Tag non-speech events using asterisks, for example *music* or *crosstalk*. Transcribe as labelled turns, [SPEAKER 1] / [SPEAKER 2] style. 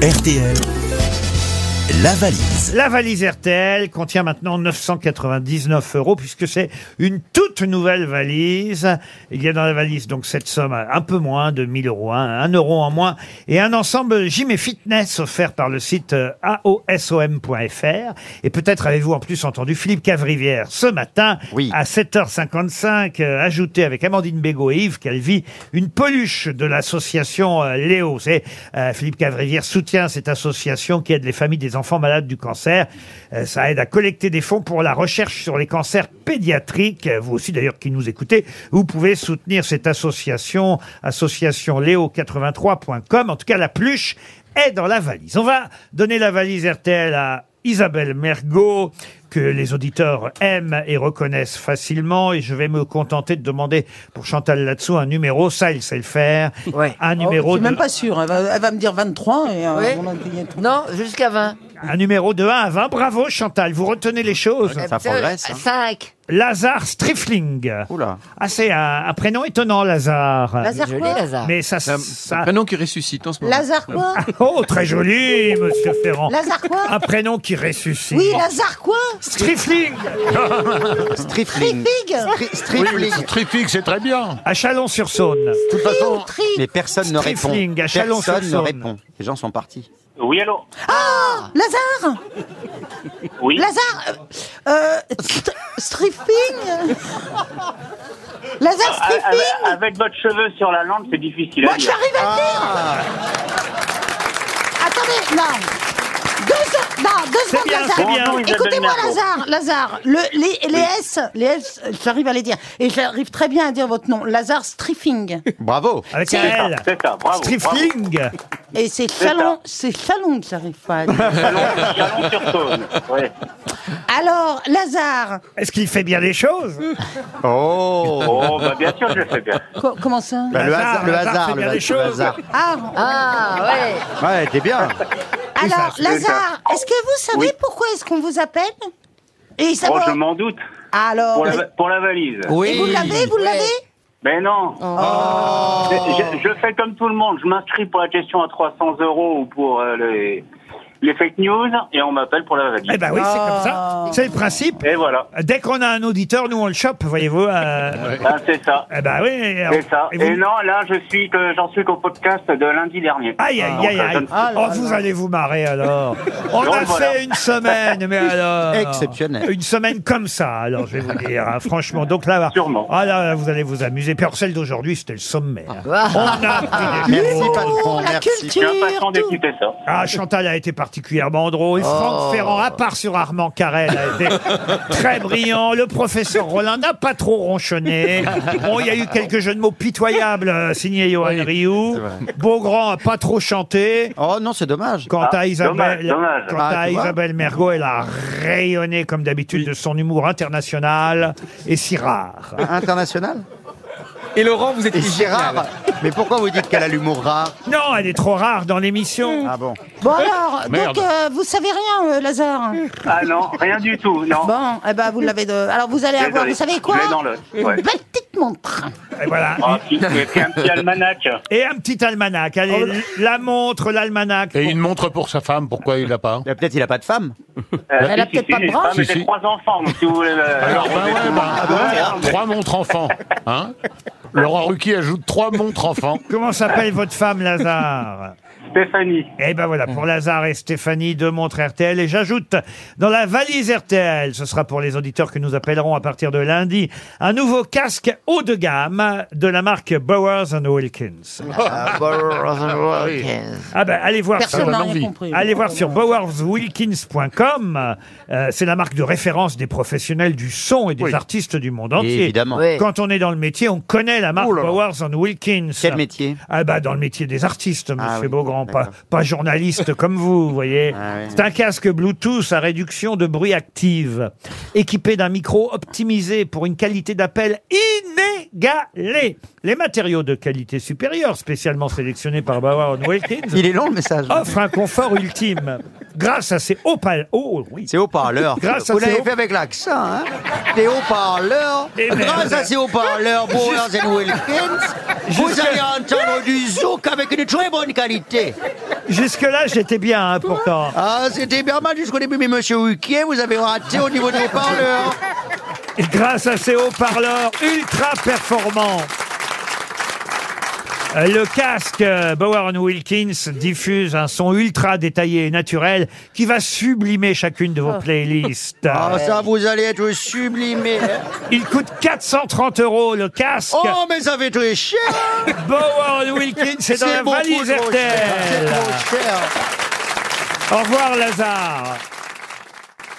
[SPEAKER 1] RTL, la valise.
[SPEAKER 2] Oh,
[SPEAKER 3] La valise RTL contient maintenant 999 euros puisque c'est une toute nouvelle valise. Il y a dans la valise donc cette somme à un peu moins de 1000 euros, hein, un euro en moins et un ensemble gym et fitness offert par le site euh, aosom.fr. Et peut-être avez-vous en plus entendu Philippe Cavrivière ce matin
[SPEAKER 4] Oui.
[SPEAKER 3] à 7h55 euh, ajouter avec Amandine Bégaud et Yves Calvi une peluche de l'association euh, Léo. C'est euh, Philippe Cavrivière soutient cette association qui aide les familles des enfants malades du cancer. Euh, ça aide à collecter des fonds pour la recherche sur les cancers pédiatriques. Euh, Vous aussi d'ailleurs qui nous écoutez, vous pouvez soutenir cette association association léo83.com. En tout cas, la peluche est dans la valise. On va donner la valise RTL à Isabelle Mergot, que les auditeurs aiment et reconnaissent facilement. Et je vais me contenter de demander pour Chantal là-dessous un numéro. Ça, il sait le faire.
[SPEAKER 5] Ouais.
[SPEAKER 3] Un
[SPEAKER 2] Oh,
[SPEAKER 3] numéro
[SPEAKER 2] je suis
[SPEAKER 3] de...
[SPEAKER 2] même pas sûre. Elle va, elle va me dire 23 et euh,
[SPEAKER 5] Ouais.
[SPEAKER 2] on a gagné tout.
[SPEAKER 5] Non, jusqu'à 20.
[SPEAKER 3] Un numéro de 1 à 20. Bravo, Chantal. Vous retenez les choses.
[SPEAKER 4] Ça progresse, hein.
[SPEAKER 5] 5.
[SPEAKER 3] Lazare Strifling.
[SPEAKER 4] Oula.
[SPEAKER 3] Ah, c'est un, un prénom étonnant, Lazare.
[SPEAKER 2] Lazare
[SPEAKER 5] Joli,
[SPEAKER 2] quoi
[SPEAKER 5] Lazare.
[SPEAKER 3] Mais ça,
[SPEAKER 6] C'est un,
[SPEAKER 3] ça-
[SPEAKER 6] un prénom qui ressuscite en ce moment.
[SPEAKER 2] Lazare quoi
[SPEAKER 3] *laughs* Oh, très joli, monsieur Ferrand.
[SPEAKER 2] Lazare quoi
[SPEAKER 3] Un prénom qui ressuscite.
[SPEAKER 2] Oui, Lazare quoi
[SPEAKER 3] Strifling
[SPEAKER 2] Trifig
[SPEAKER 4] Strifling. Stri- Strifling.
[SPEAKER 7] Trifique, c'est très bien.
[SPEAKER 3] à Chalon-sur-Saône.
[SPEAKER 4] De toute
[SPEAKER 2] Trio,
[SPEAKER 4] façon,
[SPEAKER 2] tri.
[SPEAKER 4] mais personne ne répond.
[SPEAKER 3] Strifling, à
[SPEAKER 4] Personne ne
[SPEAKER 3] Chalon-sur-Saône.
[SPEAKER 4] répond. Les gens sont partis.
[SPEAKER 8] Oui, allô
[SPEAKER 2] Lazare
[SPEAKER 8] Oui.
[SPEAKER 2] Lazare euh, euh, st- Stripping Lazare
[SPEAKER 8] Ah, avec,
[SPEAKER 2] Stripping
[SPEAKER 8] avec votre cheveu sur la lampe, c'est difficile.
[SPEAKER 2] Moi
[SPEAKER 8] à
[SPEAKER 2] je
[SPEAKER 8] dire.
[SPEAKER 2] j'arrive à le dire Attendez, non deux, se- non, deux secondes,
[SPEAKER 3] bien,
[SPEAKER 2] Lazare.
[SPEAKER 3] c'est bien.
[SPEAKER 8] Bonjour, Isabelle
[SPEAKER 2] Écoutez-moi,
[SPEAKER 8] Mergo.
[SPEAKER 2] Lazare. Lazare, le- les, les S, les S, j'arrive à les dire. Et j'arrive très bien à dire votre nom. Lazare Striffing.
[SPEAKER 4] Bravo.
[SPEAKER 3] Avec
[SPEAKER 8] C'est ça,
[SPEAKER 3] un L.
[SPEAKER 8] c'est ça, bravo.
[SPEAKER 3] Strifling.
[SPEAKER 2] Et c'est
[SPEAKER 8] C'est
[SPEAKER 2] Chalon,
[SPEAKER 8] ça.
[SPEAKER 2] c'est Chalon que j'arrive pas à
[SPEAKER 8] *laughs*
[SPEAKER 2] dire.
[SPEAKER 8] Chalon sur Saône. Ouais.
[SPEAKER 2] Alors, Lazare,
[SPEAKER 3] Est-ce qu'il fait bien les choses Eh
[SPEAKER 4] Oh.
[SPEAKER 8] Oh, bah bien sûr, que je le fais bien.
[SPEAKER 2] co- comment ça
[SPEAKER 4] Bah, le
[SPEAKER 3] Lazare,
[SPEAKER 4] hasard, le
[SPEAKER 3] Lazare, c'est bien
[SPEAKER 4] hasard, le,
[SPEAKER 3] les
[SPEAKER 4] hasard, le
[SPEAKER 3] choses.
[SPEAKER 4] hasard.
[SPEAKER 2] Ah,
[SPEAKER 5] Ah, ouais.
[SPEAKER 4] Ouais, t'es bien.
[SPEAKER 2] Alors, Lazare, est-ce que vous savez
[SPEAKER 8] Oui.
[SPEAKER 2] pourquoi est-ce qu'on vous appelle Et ça
[SPEAKER 8] Oh,
[SPEAKER 2] va-
[SPEAKER 8] je m'en doute.
[SPEAKER 2] Alors,
[SPEAKER 8] Pour la, pour la valise.
[SPEAKER 2] et vous l'avez, vous l'avez
[SPEAKER 8] Mais non.
[SPEAKER 3] Oh.
[SPEAKER 8] Mais Je, je fais comme tout le monde. Je m'inscris pour la question à 300 euros ou pour euh, les, les fake news et on m'appelle pour la valise.
[SPEAKER 3] Eh ben oui, c'est comme
[SPEAKER 2] Oh.
[SPEAKER 3] ça. C'est le principe.
[SPEAKER 8] Et voilà.
[SPEAKER 3] Dès qu'on a un auditeur, nous on le chope, voyez-vous. euh,
[SPEAKER 8] Ah, c'est ça.
[SPEAKER 3] Eh ben oui. alors-
[SPEAKER 8] C'est ça.
[SPEAKER 3] et
[SPEAKER 8] Et,
[SPEAKER 3] vous-
[SPEAKER 8] non, là, je suis que j'en suis qu'au podcast de lundi dernier.
[SPEAKER 3] Aïe,
[SPEAKER 8] Donc,
[SPEAKER 3] aïe, aïe,
[SPEAKER 8] euh, je
[SPEAKER 3] aïe.
[SPEAKER 8] ne-
[SPEAKER 3] Oh, vous allez vous marrer alors. On
[SPEAKER 8] Non,
[SPEAKER 3] a
[SPEAKER 8] voilà.
[SPEAKER 3] fait une semaine,
[SPEAKER 8] *laughs*
[SPEAKER 3] mais alors.
[SPEAKER 4] Exceptionnel.
[SPEAKER 3] Une semaine comme ça, alors je vais vous dire, hein, franchement. Donc là,
[SPEAKER 8] Sûrement.
[SPEAKER 3] ah, là, là, vous allez vous amuser. Puis alors, celle d'aujourd'hui, c'était le sommet. hein. On a
[SPEAKER 4] *laughs*
[SPEAKER 3] pris des
[SPEAKER 4] Merci,
[SPEAKER 3] choses.
[SPEAKER 4] patron.
[SPEAKER 2] La
[SPEAKER 4] Merci.
[SPEAKER 8] Je suis impatient
[SPEAKER 2] culture tout.
[SPEAKER 8] d'écouter ça.
[SPEAKER 3] Ah, Chantal a été particulièrement drôle. Franck Ferrand, à part sur Armand Carrel, a été très brillant. Le professeur Rollin n'a pas trop ronchonné. Bon, il y a eu quelques jeux de mots pitoyables euh, signés Johan Rioux. Beaugrand a pas trop chanté.
[SPEAKER 4] Oh non, c'est dommage.
[SPEAKER 3] Quant
[SPEAKER 8] Ah,
[SPEAKER 3] à Isabelle,
[SPEAKER 8] dommage, dommage.
[SPEAKER 3] Quant
[SPEAKER 4] Ah,
[SPEAKER 3] à
[SPEAKER 4] tu vois.
[SPEAKER 3] Isabelle Mergot, elle a rayonné comme d'habitude de son humour international et si rare.
[SPEAKER 4] Hein, International
[SPEAKER 6] Et Laurent, vous êtes
[SPEAKER 4] Et Gérard Mais pourquoi vous dites qu'elle a l'humour rare
[SPEAKER 3] Non, elle est trop rare dans l'émission.
[SPEAKER 4] Ah bon
[SPEAKER 2] Bon alors,
[SPEAKER 7] Merde.
[SPEAKER 2] donc euh, vous savez rien, euh, Lazare
[SPEAKER 8] Ah non, rien du tout, non.
[SPEAKER 2] Bon, eh ben vous l'avez de... Alors vous allez avoir,
[SPEAKER 8] Désolé.
[SPEAKER 2] vous savez quoi
[SPEAKER 8] Je l'ai dans le- ouais.
[SPEAKER 2] *laughs* Une belle petite montre. hein,
[SPEAKER 4] Mm.
[SPEAKER 3] Et voilà.
[SPEAKER 8] Ah, si, et puis un petit almanach. Euh,
[SPEAKER 3] Et un petit almanach. Allez,
[SPEAKER 8] Oh.
[SPEAKER 3] la montre, l'almanach.
[SPEAKER 7] Et une montre pour sa femme, pourquoi il l'a pas
[SPEAKER 4] Mais Peut-être il a pas de femme.
[SPEAKER 2] Elle a peut-être pas de bras.
[SPEAKER 8] Mais
[SPEAKER 7] Si,
[SPEAKER 8] j'ai
[SPEAKER 7] si.
[SPEAKER 8] trois enfants, donc si vous voulez. euh,
[SPEAKER 7] Alors,
[SPEAKER 8] on
[SPEAKER 7] bah
[SPEAKER 8] est
[SPEAKER 7] ouais,
[SPEAKER 8] tout-
[SPEAKER 7] bah,
[SPEAKER 8] Ah, bah,
[SPEAKER 7] hein,
[SPEAKER 8] ouais, mais-
[SPEAKER 7] trois montres enfants. Hein Laurent Ruquier ajoute trois montres enfants.
[SPEAKER 3] Comment s'appelle votre femme,
[SPEAKER 7] *laughs*
[SPEAKER 3] Lazare
[SPEAKER 8] Stéphanie.
[SPEAKER 3] Eh ben voilà, pour Lazare et Stéphanie, deux montres RTL. Et j'ajoute dans la valise RTL, ce sera pour les auditeurs que nous appellerons à partir de lundi, un nouveau casque haut de gamme de la marque Bowers Wilkins. Ah ben, allez voir
[SPEAKER 2] Personne
[SPEAKER 3] sur-
[SPEAKER 2] n'a
[SPEAKER 7] donne
[SPEAKER 2] rien
[SPEAKER 7] envie.
[SPEAKER 2] compris.
[SPEAKER 3] Allez voir sur bowerswilkins.com. Euh, c'est la marque de référence des professionnels du son et des artistes du monde entier.
[SPEAKER 4] évidemment.
[SPEAKER 5] Ouais.
[SPEAKER 3] Quand on est dans le métier, on connaît la marque
[SPEAKER 7] Oh là là.
[SPEAKER 3] Bowers Wilkins.
[SPEAKER 4] Quel métier
[SPEAKER 3] Ah bah dans le métier des artistes, monsieur
[SPEAKER 4] oui,
[SPEAKER 3] Beaugrand, pas,
[SPEAKER 4] d'accord.
[SPEAKER 3] pas
[SPEAKER 4] *laughs*
[SPEAKER 3] journaliste comme vous, vous voyez.
[SPEAKER 4] Ah oui.
[SPEAKER 3] C'est un casque Bluetooth à réduction de bruit active, équipé d'un micro optimisé pour une qualité d'appel inégalée. Les matériaux de qualité supérieure, spécialement sélectionnés par Bauer Wilkins,
[SPEAKER 4] Il est long le message.
[SPEAKER 3] offrent un confort ultime grâce à ses hauts pal- oh, oui.
[SPEAKER 4] C'est haut-parleur.
[SPEAKER 3] *laughs* Grâce à
[SPEAKER 4] Vous
[SPEAKER 3] ces
[SPEAKER 4] l'avez
[SPEAKER 3] haut-
[SPEAKER 4] fait avec l'accent, hein Des haut-parleurs.
[SPEAKER 3] Et merde.
[SPEAKER 4] Grâce à ces
[SPEAKER 3] *laughs*
[SPEAKER 4] haut-parleurs, Bowers and Wilkins, vous allez entendre du zouk avec une très bonne qualité.
[SPEAKER 3] Jusque-là, j'étais bien, hein, pourtant.
[SPEAKER 4] Ah, c'était bien mal jusqu'au début, mais monsieur Huquier, vous avez raté au niveau de vos parleurs.
[SPEAKER 3] Et grâce à ces haut-parleurs ultra performants. euh, Le casque euh, Bower Wilkins diffuse un son ultra détaillé et naturel qui va sublimer chacune de vos playlists.
[SPEAKER 4] Ah, ça, vous allez être sublimé.
[SPEAKER 3] Il coûte 430 euros le casque.
[SPEAKER 4] Oh, mais ça fait très cher.
[SPEAKER 3] Bower Wilkins c'est dans la
[SPEAKER 4] beaucoup
[SPEAKER 3] valise
[SPEAKER 4] trop cher,
[SPEAKER 3] RTL.
[SPEAKER 4] C'est trop cher.
[SPEAKER 3] Au revoir Lazare.